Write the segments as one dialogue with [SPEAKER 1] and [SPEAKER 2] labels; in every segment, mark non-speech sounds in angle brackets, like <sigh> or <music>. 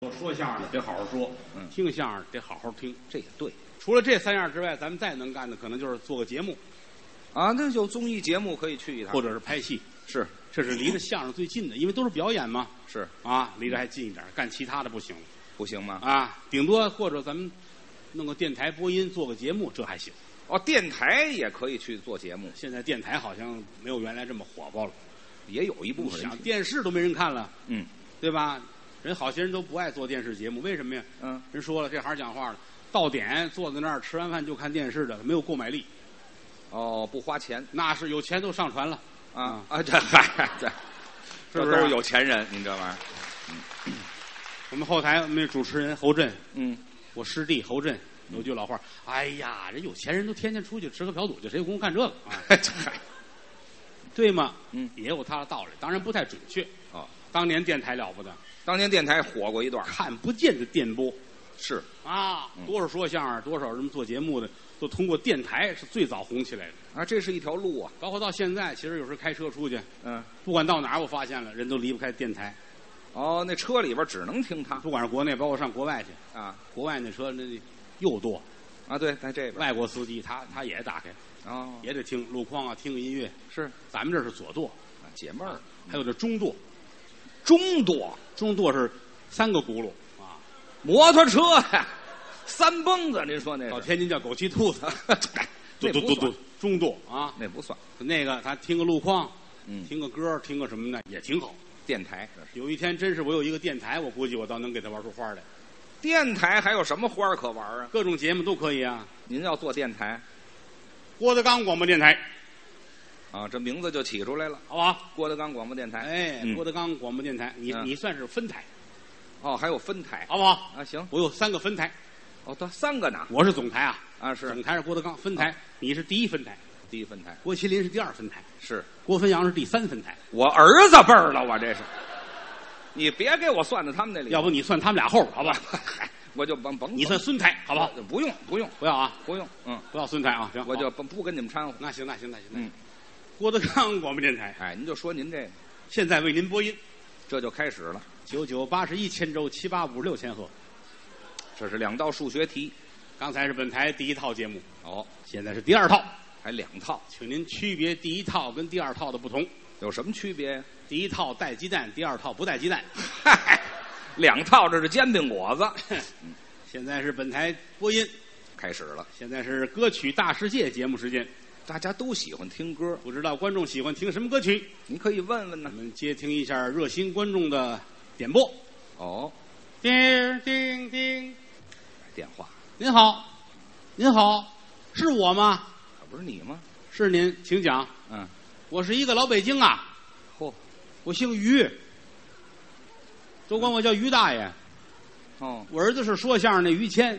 [SPEAKER 1] 我说相声得好好说，
[SPEAKER 2] 嗯
[SPEAKER 1] 听相声得好好听。
[SPEAKER 2] 这也对
[SPEAKER 1] 除了这三样之外，咱们再能干的可能就是做个节目，
[SPEAKER 2] 啊。那有综艺节目可以去一趟
[SPEAKER 1] 或，者是拍戏，
[SPEAKER 2] 是
[SPEAKER 1] 这是离着相声最近的，因为都是表演嘛，
[SPEAKER 2] 是，
[SPEAKER 1] 啊，离着还近一点。干其他的不行了
[SPEAKER 2] 不行吗？
[SPEAKER 1] 啊，顶多或者咱们弄个电台播音，做个节目，这还行。
[SPEAKER 2] 哦，电台也可以去做节目，
[SPEAKER 1] 现在电台好像没有原来这么火爆了，
[SPEAKER 2] 也有一部
[SPEAKER 1] 不
[SPEAKER 2] 分人
[SPEAKER 1] 想
[SPEAKER 2] 听
[SPEAKER 1] 电视都没人看了，
[SPEAKER 2] 嗯
[SPEAKER 1] 对吧？人好些人都不爱做电视节目，为什么呀？
[SPEAKER 2] 嗯，
[SPEAKER 1] 人说了，这行讲话了，到点坐在那儿吃完饭就看电视的，没有购买力，
[SPEAKER 2] 哦，不花钱
[SPEAKER 1] 那是有钱都上传了，
[SPEAKER 2] 啊啊，这嗨，这
[SPEAKER 1] 嗯是不
[SPEAKER 2] 这都
[SPEAKER 1] 是？
[SPEAKER 2] 是有钱人？您这玩意儿，
[SPEAKER 1] 我们后台我们这主持人侯震，
[SPEAKER 2] 嗯，
[SPEAKER 1] 我师弟侯震有句老话，哎呀，人有钱人都天天出去吃喝嫖赌去，谁有功夫干这个啊？
[SPEAKER 2] <laughs> 这嗨，
[SPEAKER 1] 对吗？
[SPEAKER 2] 嗯，
[SPEAKER 1] 也有他的道理，当然不太准确。
[SPEAKER 2] 哦，
[SPEAKER 1] 当年电台了不得，
[SPEAKER 2] 当年电台火过一段儿，
[SPEAKER 1] 看不见的电波
[SPEAKER 2] 是
[SPEAKER 1] 啊，
[SPEAKER 2] 嗯
[SPEAKER 1] 多少说相声，多少什么做节目的，都通过电台是最早红起来的。
[SPEAKER 2] 啊，这是一条路啊，
[SPEAKER 1] 包括到现在，其实有时候开车出去，
[SPEAKER 2] 嗯，
[SPEAKER 1] 不管到哪儿，我发现了人都离不开电台，
[SPEAKER 2] 哦，那车里边儿只能听它
[SPEAKER 1] 不管是国内，包括上国外去，
[SPEAKER 2] 啊
[SPEAKER 1] 国外那车那又多，
[SPEAKER 2] 啊，对，在这边
[SPEAKER 1] 外国司机他他也打开，
[SPEAKER 2] 哦，
[SPEAKER 1] 也得听路况啊，听个音乐。
[SPEAKER 2] 是
[SPEAKER 1] 咱们这是左舵，
[SPEAKER 2] 啊解闷儿，
[SPEAKER 1] 还有这中舵，
[SPEAKER 2] 中舵
[SPEAKER 1] 中舵是三个轱辘啊，
[SPEAKER 2] 摩托车呀，三蹦子，您说那
[SPEAKER 1] 到
[SPEAKER 2] 是？
[SPEAKER 1] 天津叫狗骑兔子，
[SPEAKER 2] <laughs> 那
[SPEAKER 1] 哦嘟嘟
[SPEAKER 2] 不
[SPEAKER 1] 嘟
[SPEAKER 2] 算
[SPEAKER 1] 嘟，中舵啊，
[SPEAKER 2] 那不算，
[SPEAKER 1] 那个他听个路况，
[SPEAKER 2] 嗯，
[SPEAKER 1] 听个歌，听个什么呢，也挺好。
[SPEAKER 2] 电台这是
[SPEAKER 1] 有一天真是我有一个电台，我估计我倒能给他玩出花来，
[SPEAKER 2] 电台还有什么花儿可玩啊？
[SPEAKER 1] 各种节目都可以啊。
[SPEAKER 2] 您要做电台
[SPEAKER 1] 郭德纲广播电台，
[SPEAKER 2] 啊，这名字就起出来了，
[SPEAKER 1] 好不好？
[SPEAKER 2] 郭德纲广播电台。
[SPEAKER 1] 哎，
[SPEAKER 2] 嗯
[SPEAKER 1] 郭德纲广播电台，你
[SPEAKER 2] 嗯
[SPEAKER 1] 你算是分台，
[SPEAKER 2] 哦，还有分台
[SPEAKER 1] 好不好？
[SPEAKER 2] 啊，行，
[SPEAKER 1] 我有三个分台，
[SPEAKER 2] 哦，对，三个呢
[SPEAKER 1] 我是总台啊，
[SPEAKER 2] 啊，是
[SPEAKER 1] 总台是郭德纲分台，你是第一分台，
[SPEAKER 2] 第一分台
[SPEAKER 1] 郭麒麟是第二分台，
[SPEAKER 2] 是
[SPEAKER 1] 郭汾阳是第三分台，
[SPEAKER 2] 我儿子辈儿了，我这是，你别给我算到他们那里，
[SPEAKER 1] 要不你算他们俩后边，好
[SPEAKER 2] 好
[SPEAKER 1] 不 <laughs>
[SPEAKER 2] 吧
[SPEAKER 1] 好？？
[SPEAKER 2] 嗨我就甭甭
[SPEAKER 1] 你算孙台，好不好？
[SPEAKER 2] 不用不用
[SPEAKER 1] 不要啊，
[SPEAKER 2] 不用，嗯，
[SPEAKER 1] 不要孙台啊，行，
[SPEAKER 2] 我就
[SPEAKER 1] 好
[SPEAKER 2] 不不跟你们掺和。
[SPEAKER 1] 那行那行那行，那行
[SPEAKER 2] 嗯，
[SPEAKER 1] 郭德纲广播电台
[SPEAKER 2] 哎，您就说您这个，
[SPEAKER 1] 现在为您播音
[SPEAKER 2] 这就开始了，
[SPEAKER 1] 九九八十一千周七八五十六千赫，
[SPEAKER 2] 这是两道数学题，
[SPEAKER 1] 刚才是本台第一套节目，
[SPEAKER 2] 哦，
[SPEAKER 1] 现在是第二套，
[SPEAKER 2] 还两套，
[SPEAKER 1] 请您区别第一套跟第二套的不同，
[SPEAKER 2] 有什么区别呀？
[SPEAKER 1] 第一套带鸡蛋，第二套不带鸡蛋。
[SPEAKER 2] 嗨，两套这是煎饼果子，
[SPEAKER 1] 现在是本台播音，
[SPEAKER 2] 开始了。
[SPEAKER 1] 现在是歌曲大世界节目时间。
[SPEAKER 2] 大家都喜欢听歌，
[SPEAKER 1] 不知道观众喜欢听什么歌曲，
[SPEAKER 2] 你可以问问
[SPEAKER 1] 我
[SPEAKER 2] 呢。
[SPEAKER 1] 们接听一下热心观众的点播。
[SPEAKER 2] 哦，
[SPEAKER 1] 叮叮叮，
[SPEAKER 2] 电话，
[SPEAKER 1] 您好，您好，是我吗？
[SPEAKER 2] 可不是你吗？
[SPEAKER 1] 是您，请讲。
[SPEAKER 2] 嗯，
[SPEAKER 1] 我是一个老北京啊，
[SPEAKER 2] 嚯、
[SPEAKER 1] 我姓于，都管我叫于大爷。
[SPEAKER 2] 哦，
[SPEAKER 1] 我儿子是说相声的于谦，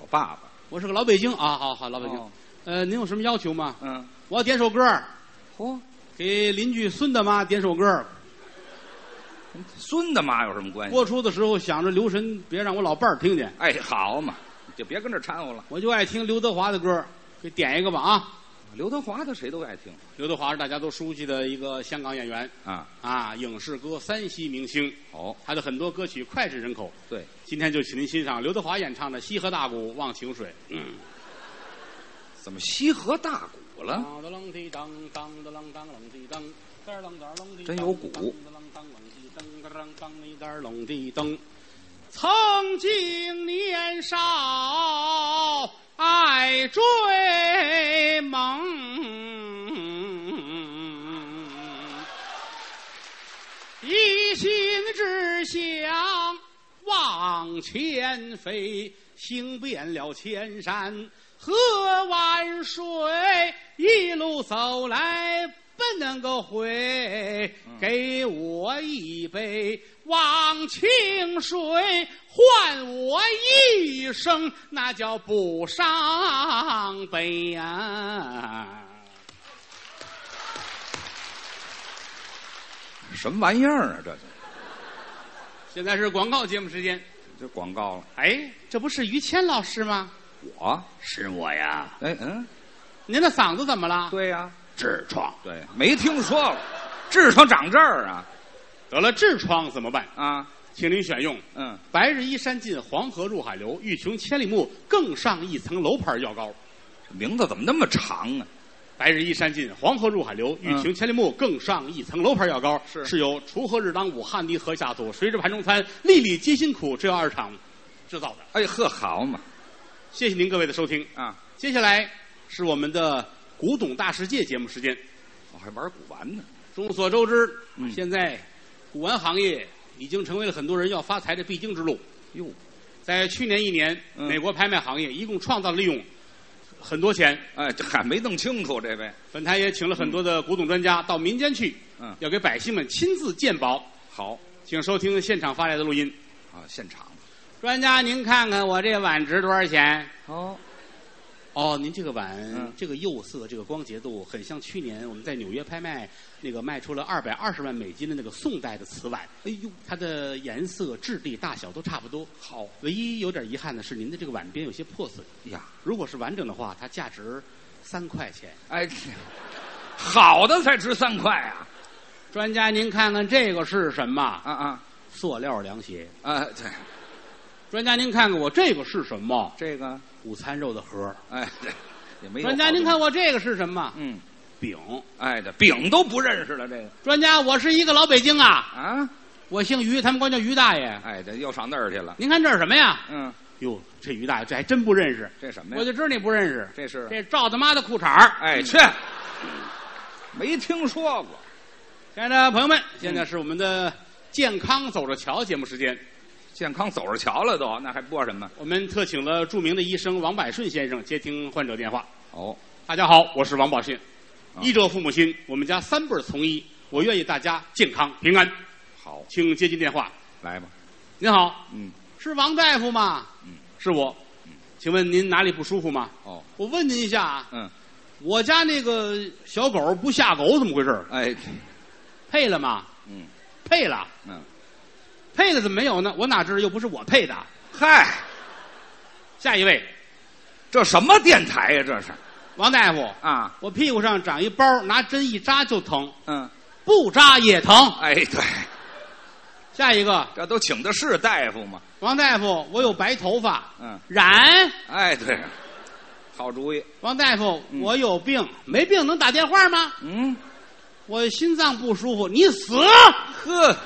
[SPEAKER 2] 我爸爸，
[SPEAKER 1] 我是个老北京啊，好好老北京。
[SPEAKER 2] 哦
[SPEAKER 1] 呃，您有什么要求吗？
[SPEAKER 2] 嗯，
[SPEAKER 1] 我要点首歌，
[SPEAKER 2] 嚯、
[SPEAKER 1] 给邻居孙大妈点首歌。
[SPEAKER 2] 孙子妈有什么关系？
[SPEAKER 1] 播出的时候想着留神，别让我老伴儿听见。
[SPEAKER 2] 哎，好嘛，你就别跟这掺和了。
[SPEAKER 1] 我就爱听刘德华的歌，给点一个吧啊！
[SPEAKER 2] 刘德华的谁都爱听
[SPEAKER 1] 刘德华是大家都熟悉的一个香港演员
[SPEAKER 2] 啊。
[SPEAKER 1] 啊，影视歌三栖明星，
[SPEAKER 2] 哦，
[SPEAKER 1] 他的很多歌曲脍炙人口。
[SPEAKER 2] 对，
[SPEAKER 1] 今天就请您欣赏刘德华演唱的《西河大鼓忘情水》。嗯，
[SPEAKER 2] 怎么西河大鼓了？
[SPEAKER 1] 当当啷滴当当当啷当啷滴当，当啷当啷滴当
[SPEAKER 2] 真有鼓。
[SPEAKER 1] 当当啷滴当当啷当滴当啷滴当。曾经年少爱追梦，一心只想往前飞，行遍了千山和万水，一路走来不能够回。给我一杯忘情水，换我一生，那叫不伤悲啊！
[SPEAKER 2] 什么玩意儿啊？这
[SPEAKER 1] 现在是广告节目时间。
[SPEAKER 2] 这广告了。
[SPEAKER 1] 哎，这不是于谦老师吗？
[SPEAKER 2] 我，
[SPEAKER 1] 是我呀。
[SPEAKER 2] 哎，嗯，
[SPEAKER 1] 您的嗓子怎么了？
[SPEAKER 2] 对呀、
[SPEAKER 1] 痔疮。
[SPEAKER 2] 对，没听说过，痔疮长这儿啊
[SPEAKER 1] 得了痔疮怎么办？
[SPEAKER 2] 啊！
[SPEAKER 1] 请您选用。
[SPEAKER 2] 嗯，
[SPEAKER 1] 白日依山尽，黄河入海流。欲穷千里目，更上一层楼。牌药膏。
[SPEAKER 2] 这名字怎么那么长啊？
[SPEAKER 1] 白日依山尽，黄河入海流。欲
[SPEAKER 2] 嗯
[SPEAKER 1] 穷千里目，更上一层楼。牌药膏
[SPEAKER 2] 是
[SPEAKER 1] 是由锄禾日当午，汗滴禾下土，谁知盘中餐，粒粒皆辛苦。这药二厂制造的。
[SPEAKER 2] 哎呵，好嘛
[SPEAKER 1] 谢谢您各位的收听。
[SPEAKER 2] 啊，
[SPEAKER 1] 接下来是我们的古董大世界节目时间。
[SPEAKER 2] 我还玩古玩呢。
[SPEAKER 1] 众所周知，
[SPEAKER 2] 嗯
[SPEAKER 1] 现在古玩行业已经成为了很多人要发财的必经之路。
[SPEAKER 2] 哟，
[SPEAKER 1] 在去年一年，
[SPEAKER 2] 嗯
[SPEAKER 1] 美国拍卖行业一共创造了利用很多钱。
[SPEAKER 2] 哎，这还没弄清楚这位。
[SPEAKER 1] 本台也请了很多的古董专家到民间去，
[SPEAKER 2] 嗯
[SPEAKER 1] 要给百姓们亲自鉴宝。
[SPEAKER 2] 好
[SPEAKER 1] 请收听现场发来的录音。
[SPEAKER 2] 啊，现场。
[SPEAKER 1] 专家，您看看我这碗值多少钱？
[SPEAKER 2] 哦，
[SPEAKER 1] 哦，您这个碗，
[SPEAKER 2] 嗯
[SPEAKER 1] 这个釉色，这个光洁度，很像去年我们在纽约拍卖那个卖出了二百二十万美金的那个宋代的瓷碗，
[SPEAKER 2] 哎呦，
[SPEAKER 1] 它的颜色、质地、大小都差不多。
[SPEAKER 2] 好
[SPEAKER 1] 唯一有点遗憾的是，您的这个碗边有些破损。
[SPEAKER 2] 呀，
[SPEAKER 1] 如果是完整的话，它价值三块钱。
[SPEAKER 2] 哎，好的才值三块啊！
[SPEAKER 1] 专家，您看看这个是什么？
[SPEAKER 2] 啊啊
[SPEAKER 1] 塑料凉鞋。
[SPEAKER 2] 啊，对，
[SPEAKER 1] 专家，您看看我这个是什么？
[SPEAKER 2] 这个，
[SPEAKER 1] 午餐肉的盒。
[SPEAKER 2] 哎，对，也没有
[SPEAKER 1] 专家，
[SPEAKER 2] 好多
[SPEAKER 1] 您看，我这个是什么？
[SPEAKER 2] 嗯，
[SPEAKER 1] 饼。
[SPEAKER 2] 哎，这饼都不认识了，这个
[SPEAKER 1] 专家，我是一个老北京啊，
[SPEAKER 2] 啊，
[SPEAKER 1] 我姓于，他们管叫于大爷。
[SPEAKER 2] 哎，这又上那儿去了。
[SPEAKER 1] 您看这是什么呀？
[SPEAKER 2] 嗯，
[SPEAKER 1] 哟，这于大爷这还真不认识，
[SPEAKER 2] 这什么呀？
[SPEAKER 1] 我就知道你不认识。
[SPEAKER 2] 这是，
[SPEAKER 1] 这赵大妈的裤衩儿。嗯
[SPEAKER 2] 哎，去，没听说过。
[SPEAKER 1] 亲爱的朋友们，现在是我们的健康走着瞧节目时间，
[SPEAKER 2] 健康走着瞧了都，那还播什么？
[SPEAKER 1] 我们特请了著名的医生王百顺先生接听患者电话。
[SPEAKER 2] 哦，
[SPEAKER 1] 大家好，我是王宝信，
[SPEAKER 2] 啊
[SPEAKER 1] 医者父母心，我们家三辈儿从医，我愿意大家健康平安，
[SPEAKER 2] 好，
[SPEAKER 1] 请接进电话。
[SPEAKER 2] 来吧，
[SPEAKER 1] 您好，
[SPEAKER 2] 嗯，
[SPEAKER 1] 是王大夫吗？
[SPEAKER 2] 嗯，
[SPEAKER 1] 是我。请问您哪里不舒服吗？
[SPEAKER 2] 哦，
[SPEAKER 1] 我问您一下啊，
[SPEAKER 2] 嗯，
[SPEAKER 1] 我家那个小狗不下狗怎么回事？
[SPEAKER 2] 哎，
[SPEAKER 1] 配了吗？
[SPEAKER 2] 嗯
[SPEAKER 1] 配了，
[SPEAKER 2] 嗯，
[SPEAKER 1] 配了怎么没有呢？我哪知道又不是我配的。
[SPEAKER 2] 嗨，
[SPEAKER 1] 下一位，
[SPEAKER 2] 这什么电台呀、这是
[SPEAKER 1] 王大夫，
[SPEAKER 2] 啊，
[SPEAKER 1] 我屁股上长一包，拿针一扎就疼，
[SPEAKER 2] 嗯，
[SPEAKER 1] 不扎也疼。
[SPEAKER 2] 哎，对，
[SPEAKER 1] 下一个，
[SPEAKER 2] 这都请的是大夫嘛，
[SPEAKER 1] 王大夫，我有白头发，
[SPEAKER 2] 嗯，
[SPEAKER 1] 染。
[SPEAKER 2] 哎，对，好主意，
[SPEAKER 1] 王大夫，
[SPEAKER 2] 嗯
[SPEAKER 1] 我有病，没病能打电话吗？
[SPEAKER 2] 嗯，
[SPEAKER 1] 我心脏不舒服，你死！
[SPEAKER 2] 呵，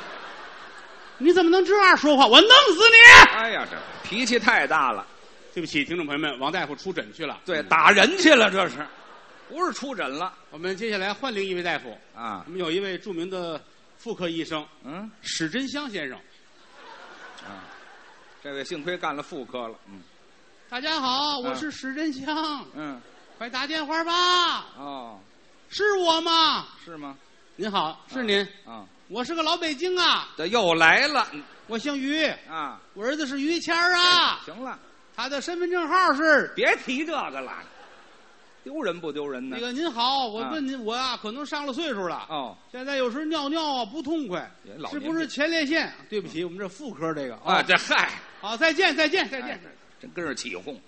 [SPEAKER 1] 你怎么能这样说话？我弄死你！
[SPEAKER 2] 哎呀，这脾气太大了，
[SPEAKER 1] 对不起，听众朋友们，王大夫出诊去了。
[SPEAKER 2] 对，打人去了，这是，不是出诊了
[SPEAKER 1] 我们接下来换另一位大夫，
[SPEAKER 2] 啊
[SPEAKER 1] 我？们有一位著名的妇科医生
[SPEAKER 2] 嗯，
[SPEAKER 1] 史珍香先生。
[SPEAKER 2] 这位幸亏干了妇科了，嗯
[SPEAKER 1] 大家好，
[SPEAKER 2] 我是
[SPEAKER 1] 史珍香，
[SPEAKER 2] 嗯，
[SPEAKER 1] 快打电话吧，
[SPEAKER 2] 哦，
[SPEAKER 1] 是我吗？
[SPEAKER 2] 是吗？
[SPEAKER 1] 您好，是您，
[SPEAKER 2] 啊，
[SPEAKER 1] 我是个老北京啊，
[SPEAKER 2] 这又来了
[SPEAKER 1] 我姓于，
[SPEAKER 2] 啊，
[SPEAKER 1] 我儿子是于谦儿啊，
[SPEAKER 2] 行了。
[SPEAKER 1] 他的身份证号是
[SPEAKER 2] 别提这个了，丢人不丢人呢？
[SPEAKER 1] 那个。您好，我
[SPEAKER 2] 啊
[SPEAKER 1] 问您，我啊可能上了岁数了，
[SPEAKER 2] 哦，
[SPEAKER 1] 现在有时候尿尿啊不痛快
[SPEAKER 2] 也，老
[SPEAKER 1] 是
[SPEAKER 2] 年
[SPEAKER 1] 不是前列腺？对不起，我们这妇科这个
[SPEAKER 2] 啊，
[SPEAKER 1] 嗯啊，
[SPEAKER 2] 这嗨，
[SPEAKER 1] 好，再见，再见，再
[SPEAKER 2] 哎
[SPEAKER 1] 见。
[SPEAKER 2] 真跟着起哄，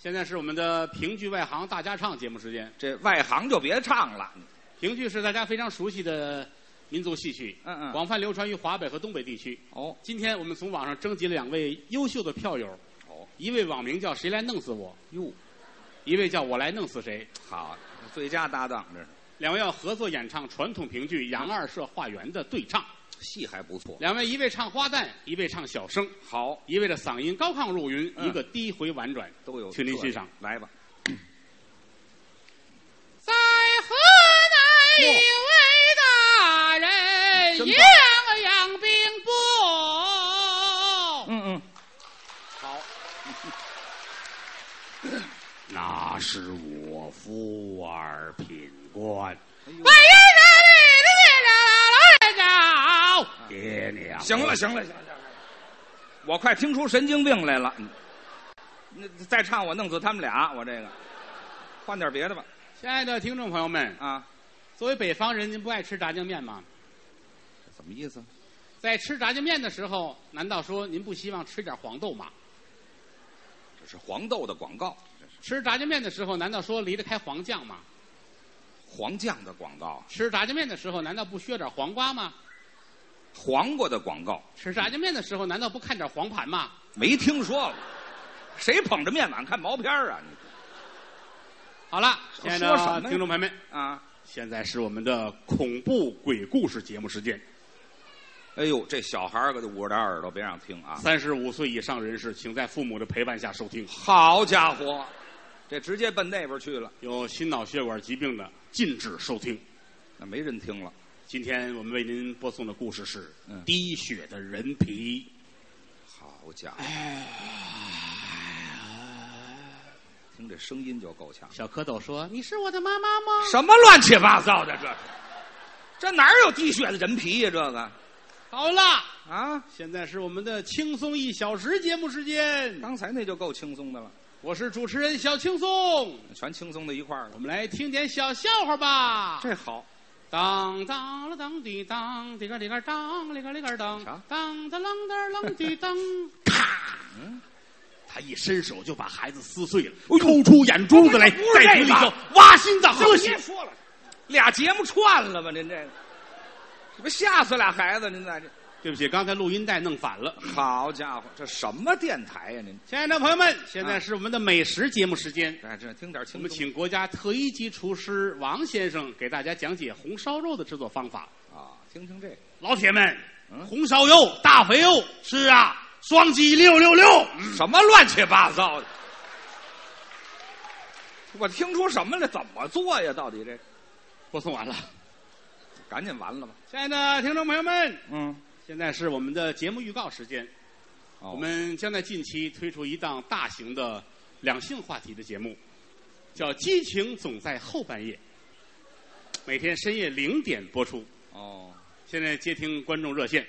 [SPEAKER 1] 现在是我们的评剧外行大家唱节目时间。
[SPEAKER 2] 这外行就别唱了。嗯
[SPEAKER 1] 评剧是大家非常熟悉的民族戏曲，
[SPEAKER 2] 嗯嗯
[SPEAKER 1] 广泛流传于华北和东北地区。
[SPEAKER 2] 哦
[SPEAKER 1] 今天我们从网上征集了两位优秀的票友，
[SPEAKER 2] 哦
[SPEAKER 1] 一位网名叫“谁来弄死我
[SPEAKER 2] 哟，”，
[SPEAKER 1] 一位叫“我来弄死谁
[SPEAKER 2] 好，最佳搭档这是”，
[SPEAKER 1] 两位要合作演唱传统评剧《杨二社化缘》的对唱。
[SPEAKER 2] 戏还不错。
[SPEAKER 1] 两位一位唱花旦，一位唱小生，
[SPEAKER 2] 好，
[SPEAKER 1] 一位的嗓音高亢入云，
[SPEAKER 2] 嗯
[SPEAKER 1] 一个低回婉转。
[SPEAKER 2] 都有。
[SPEAKER 1] 请您欣赏，
[SPEAKER 2] 来吧。
[SPEAKER 1] 在河南一位大人
[SPEAKER 2] 真棒
[SPEAKER 1] 养养病不？
[SPEAKER 2] 嗯嗯，
[SPEAKER 1] 那是我夫儿品官，
[SPEAKER 2] 哎呦
[SPEAKER 1] 我一人来找爹娘。
[SPEAKER 2] 行了，行了行了，行了我快听出神经病来了。嗯那再唱我弄死他们俩，我这个换点别的吧。
[SPEAKER 1] 亲爱的听众朋友们，
[SPEAKER 2] 啊，
[SPEAKER 1] 作为北方人，您不爱吃炸酱面吗？
[SPEAKER 2] 什么意思？
[SPEAKER 1] 在吃炸酱面的时候，难道说您不希望吃点黄豆吗？
[SPEAKER 2] 这是黄豆的广告，这是
[SPEAKER 1] 吃炸酱面的时候，难道说离得开黄酱吗？
[SPEAKER 2] 黄酱的广告。
[SPEAKER 1] 吃炸酱面的时候，难道不削点黄瓜吗？
[SPEAKER 2] 黄瓜的广告
[SPEAKER 1] 吃炸酱面的时候，难道不看点黄盘吗？
[SPEAKER 2] 没听说过，谁捧着面碗看毛片儿啊？你
[SPEAKER 1] 好了，亲爱
[SPEAKER 2] 说什么
[SPEAKER 1] 的
[SPEAKER 2] 呀
[SPEAKER 1] 听众朋友们，
[SPEAKER 2] 啊，
[SPEAKER 1] 现在是我们的恐怖鬼故事节目时间。
[SPEAKER 2] 哎呦，这小孩儿可就捂着点耳朵，别让听啊！
[SPEAKER 1] 三十五岁以上人士，请在父母的陪伴下收听。
[SPEAKER 2] 好家伙，这直接奔那边去了，
[SPEAKER 1] 有心脑血管疾病的禁止收听。
[SPEAKER 2] 那没人听了。
[SPEAKER 1] 今天我们为您播送的故事是
[SPEAKER 2] 嗯
[SPEAKER 1] 《滴血的人皮》。
[SPEAKER 2] 好家伙，听这声音就够呛。
[SPEAKER 1] 小蝌蚪说：“你是我的妈妈吗
[SPEAKER 2] 什么乱七八糟的这是？这哪儿有滴血的人皮呀、这个？”
[SPEAKER 1] 好了，
[SPEAKER 2] 啊，
[SPEAKER 1] 现在是我们的轻松一小时节目时间，
[SPEAKER 2] 刚才那就够轻松的了，
[SPEAKER 1] 我是主持人小轻松，
[SPEAKER 2] 全轻松到一块儿了
[SPEAKER 1] 我。们来听点小笑话吧。
[SPEAKER 2] 这好，
[SPEAKER 1] 当当了当滴当，滴个滴个当，哩个哩个当
[SPEAKER 2] 啥，
[SPEAKER 1] 当当啷当啷滴当，咔！他一伸手就把孩子撕碎了，抠出眼珠子来，
[SPEAKER 2] 不是
[SPEAKER 1] 在嘴
[SPEAKER 2] 这
[SPEAKER 1] 里
[SPEAKER 2] 个
[SPEAKER 1] 头挖心脏喝血
[SPEAKER 2] 别。说了，俩节目串了吧？您这个，这不吓死俩孩子？您在这，
[SPEAKER 1] 对不起，刚才录音带弄反了。
[SPEAKER 2] 好家伙，这什么电台呀、您
[SPEAKER 1] 亲爱的朋友们，现在是我们的美食节目时间，
[SPEAKER 2] 哎，这听点
[SPEAKER 1] 我
[SPEAKER 2] 轻
[SPEAKER 1] 们
[SPEAKER 2] 松
[SPEAKER 1] 请国家特一级厨师王先生给大家讲解红烧肉的制作方法。
[SPEAKER 2] 啊，听听这个。
[SPEAKER 1] 老铁们，
[SPEAKER 2] 嗯
[SPEAKER 1] 红烧肉、大肥肉，是啊，双击六六六。
[SPEAKER 2] 什么乱七八糟的？我听出什么来？怎么做呀？到底这
[SPEAKER 1] 播送完了，
[SPEAKER 2] 赶紧完了吧？
[SPEAKER 1] 亲爱的听众朋友们，
[SPEAKER 2] 嗯，
[SPEAKER 1] 现在是我们的节目预告时间，
[SPEAKER 2] 哦、
[SPEAKER 1] 我们将在近期推出一档大型的两性话题的节目，叫《激情总在后半夜》，每天深夜零点播出。
[SPEAKER 2] 哦，
[SPEAKER 1] 现在接听观众热线。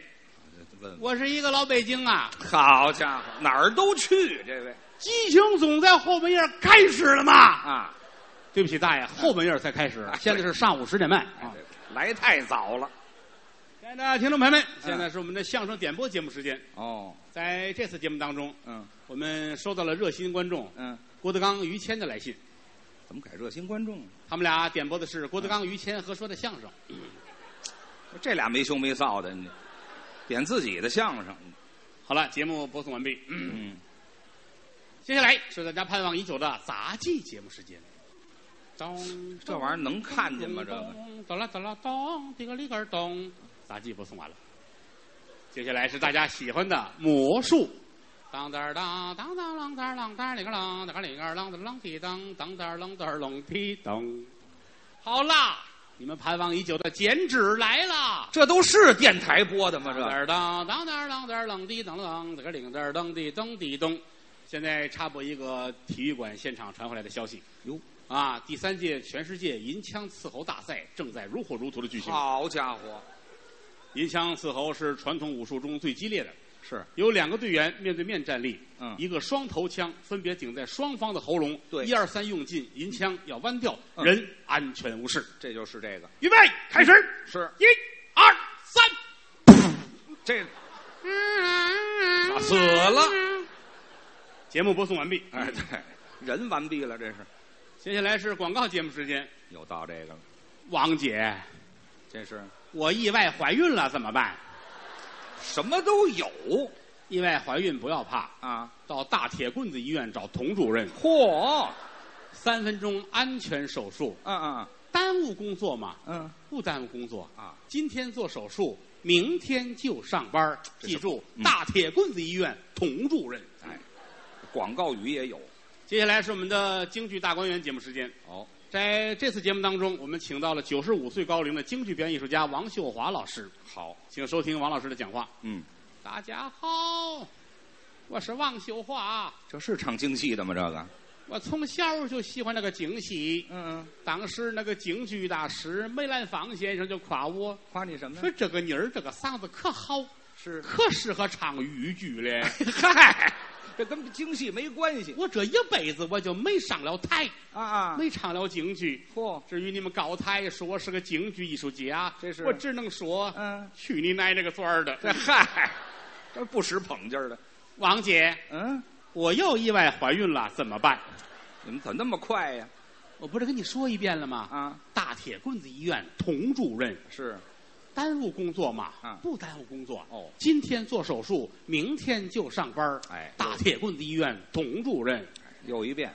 [SPEAKER 2] 问
[SPEAKER 1] 我是一个老北京啊，
[SPEAKER 2] 好家伙，哪儿都去这位
[SPEAKER 1] 激情总在后半夜开始了嘛？
[SPEAKER 2] 啊！
[SPEAKER 1] 对不起，大爷，后半夜才开始，现在是上午十点半。
[SPEAKER 2] 哎这来太早了
[SPEAKER 1] 亲爱的听众朋友们，现在是我们的相声点播节目时间。
[SPEAKER 2] 哦，
[SPEAKER 1] 在这次节目当中，
[SPEAKER 2] 嗯
[SPEAKER 1] 我们收到了热心观众
[SPEAKER 2] 嗯，
[SPEAKER 1] 郭德纲、于谦的来信，
[SPEAKER 2] 怎么改热心观众？
[SPEAKER 1] 他们俩点播的是郭德纲、于谦合说的相声。
[SPEAKER 2] 这俩没羞没臊的，你点自己的相声，
[SPEAKER 1] 好了，节目播送完毕。嗯
[SPEAKER 2] 嗯，
[SPEAKER 1] 接下来是大家盼望已久的杂技节目时间。咚
[SPEAKER 2] 这玩意儿能看见吗？这个
[SPEAKER 1] 咚咚啦咚啦咚，滴个里个儿咚，杂技播送完了。接下来是大家喜欢的魔术。当当当当当啷当啷当里个啷当里个啷当啷滴当当当啷当啷滴当。好啦，你们盼望已久的剪纸来啦！
[SPEAKER 2] 这都是电台播的吗？这
[SPEAKER 1] 当当当当当当当滴当当，这个铃铛当滴当滴咚。现在插播一个体育馆现场传回来的消息
[SPEAKER 2] 哟，
[SPEAKER 1] 啊！第三届全世界银枪刺猴大赛正在如火如荼的举行。
[SPEAKER 2] 好家伙，
[SPEAKER 1] 银枪刺猴是传统武术中最激烈的，
[SPEAKER 2] 是
[SPEAKER 1] 有两个队员面对面站立，
[SPEAKER 2] 嗯
[SPEAKER 1] 一个双头枪分别顶在双方的喉咙，
[SPEAKER 2] 对
[SPEAKER 1] 一二三用劲，银枪要弯掉，
[SPEAKER 2] 嗯
[SPEAKER 1] 人安全无事。
[SPEAKER 2] 这就是这个
[SPEAKER 1] 预备，开始，
[SPEAKER 2] 是
[SPEAKER 1] 一、二、三，
[SPEAKER 2] 这
[SPEAKER 1] 打
[SPEAKER 2] 死了。
[SPEAKER 1] 啊节目播送完毕。
[SPEAKER 2] 哎，对，人完毕了，这是
[SPEAKER 1] 接下来是广告节目时间。
[SPEAKER 2] 又到这个了，
[SPEAKER 1] 王姐，
[SPEAKER 2] 这是
[SPEAKER 1] 我意外怀孕了，怎么办？
[SPEAKER 2] 什么都有
[SPEAKER 1] 意外怀孕不要怕，
[SPEAKER 2] 啊！
[SPEAKER 1] 到大铁棍子医院找童主任，
[SPEAKER 2] 嚯，
[SPEAKER 1] 三分钟安全手术，
[SPEAKER 2] 嗯嗯
[SPEAKER 1] 耽误工作吗？
[SPEAKER 2] 嗯
[SPEAKER 1] 不耽误工作，
[SPEAKER 2] 啊，
[SPEAKER 1] 今天做手术，明天就上班儿。
[SPEAKER 2] 这
[SPEAKER 1] 记住，
[SPEAKER 2] 嗯
[SPEAKER 1] 大铁棍子医院童主任。
[SPEAKER 2] 哎，广告语也有
[SPEAKER 1] 接下来是我们的京剧大观园节目时间。
[SPEAKER 2] 哦，
[SPEAKER 1] 在这次节目当中，我们请到了九十五岁高龄的京剧表演艺术家王秀华老师，
[SPEAKER 2] 好，
[SPEAKER 1] 请收听王老师的讲话。
[SPEAKER 2] 嗯，
[SPEAKER 1] 大家好，我是王秀华。
[SPEAKER 2] 这是唱京戏的吗？这个，
[SPEAKER 1] 我从小就喜欢那个京戏，
[SPEAKER 2] 嗯嗯，
[SPEAKER 1] 当时那个京剧大师梅兰芳先生就夸我
[SPEAKER 2] 夸你什么
[SPEAKER 1] 说：“这个妮儿这个嗓子可好，
[SPEAKER 2] 是，
[SPEAKER 1] 可适合唱豫剧
[SPEAKER 2] <laughs>
[SPEAKER 1] 嘞。
[SPEAKER 2] 嗨，这跟京戏没关”系
[SPEAKER 1] 我这一辈子我就没上了台，
[SPEAKER 2] 啊啊！
[SPEAKER 1] 没唱了京剧。
[SPEAKER 2] 嚯，
[SPEAKER 1] 至于你们高抬说我是个京剧艺术家，
[SPEAKER 2] 这是
[SPEAKER 1] 我只能说，
[SPEAKER 2] 嗯，
[SPEAKER 1] 去你奶奶个砖儿的！
[SPEAKER 2] 这嗨，这不识捧劲儿的，
[SPEAKER 1] 王姐，
[SPEAKER 2] 嗯，
[SPEAKER 1] 我又意外怀孕了，怎么办？
[SPEAKER 2] 你们怎么那么快呀？
[SPEAKER 1] 我不是跟你说一遍了吗？
[SPEAKER 2] 啊，
[SPEAKER 1] 大铁棍子医院童主任
[SPEAKER 2] 是，
[SPEAKER 1] 耽误工作嘛？
[SPEAKER 2] 嗯
[SPEAKER 1] 不耽误工作。
[SPEAKER 2] 哦
[SPEAKER 1] 今天做手术，明天就上班儿
[SPEAKER 2] 哎
[SPEAKER 1] 大铁棍子医院董主任。
[SPEAKER 2] 又一遍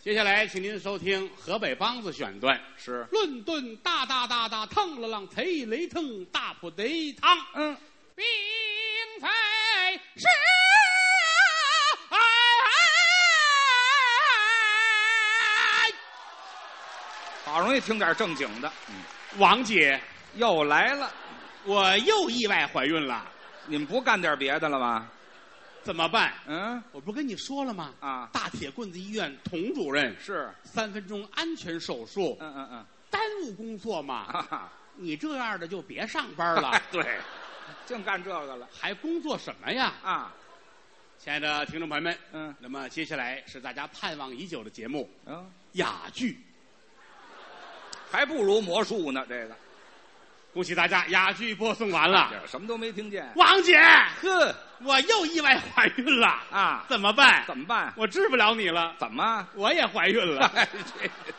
[SPEAKER 1] 接下来，请您收听河北梆子选段：
[SPEAKER 2] 是，
[SPEAKER 1] 论顿大大大大腾了浪，忒雷腾大破贼汤，
[SPEAKER 2] 嗯，
[SPEAKER 1] 并非是。
[SPEAKER 2] 好容易听点正经的，嗯
[SPEAKER 1] 王姐，
[SPEAKER 2] 又来了，
[SPEAKER 1] 我又意外怀孕了，
[SPEAKER 2] 你们不干点别的了吗？
[SPEAKER 1] 怎么办？
[SPEAKER 2] 嗯
[SPEAKER 1] 我不跟你说了吗？
[SPEAKER 2] 啊，
[SPEAKER 1] 大铁棍子医院童主任
[SPEAKER 2] 是，
[SPEAKER 1] 三分钟安全手术，
[SPEAKER 2] 嗯嗯嗯，
[SPEAKER 1] 耽误工作嘛。
[SPEAKER 2] <laughs> 哈 <laughs> 哈，，
[SPEAKER 1] 你这样的就别上班 <laughs> 了
[SPEAKER 2] 对，净干这个了
[SPEAKER 1] 还工作什么呀？
[SPEAKER 2] 啊，
[SPEAKER 1] 亲爱的听众朋友们，
[SPEAKER 2] 嗯
[SPEAKER 1] 那么接下来是大家盼望已久的节目
[SPEAKER 2] 嗯，
[SPEAKER 1] ——哑剧。
[SPEAKER 2] 还不如魔术呢，这个
[SPEAKER 1] 恭喜大家，哑剧播送完了。
[SPEAKER 2] 这什么都没听见，
[SPEAKER 1] 王姐，
[SPEAKER 2] 啊呵
[SPEAKER 1] 我又意外怀孕了，
[SPEAKER 2] 啊，
[SPEAKER 1] 怎么办？
[SPEAKER 2] 怎么办？ <laughs>
[SPEAKER 1] 我治不了你了，
[SPEAKER 2] 怎么？
[SPEAKER 1] 我也怀孕了。
[SPEAKER 2] 哎这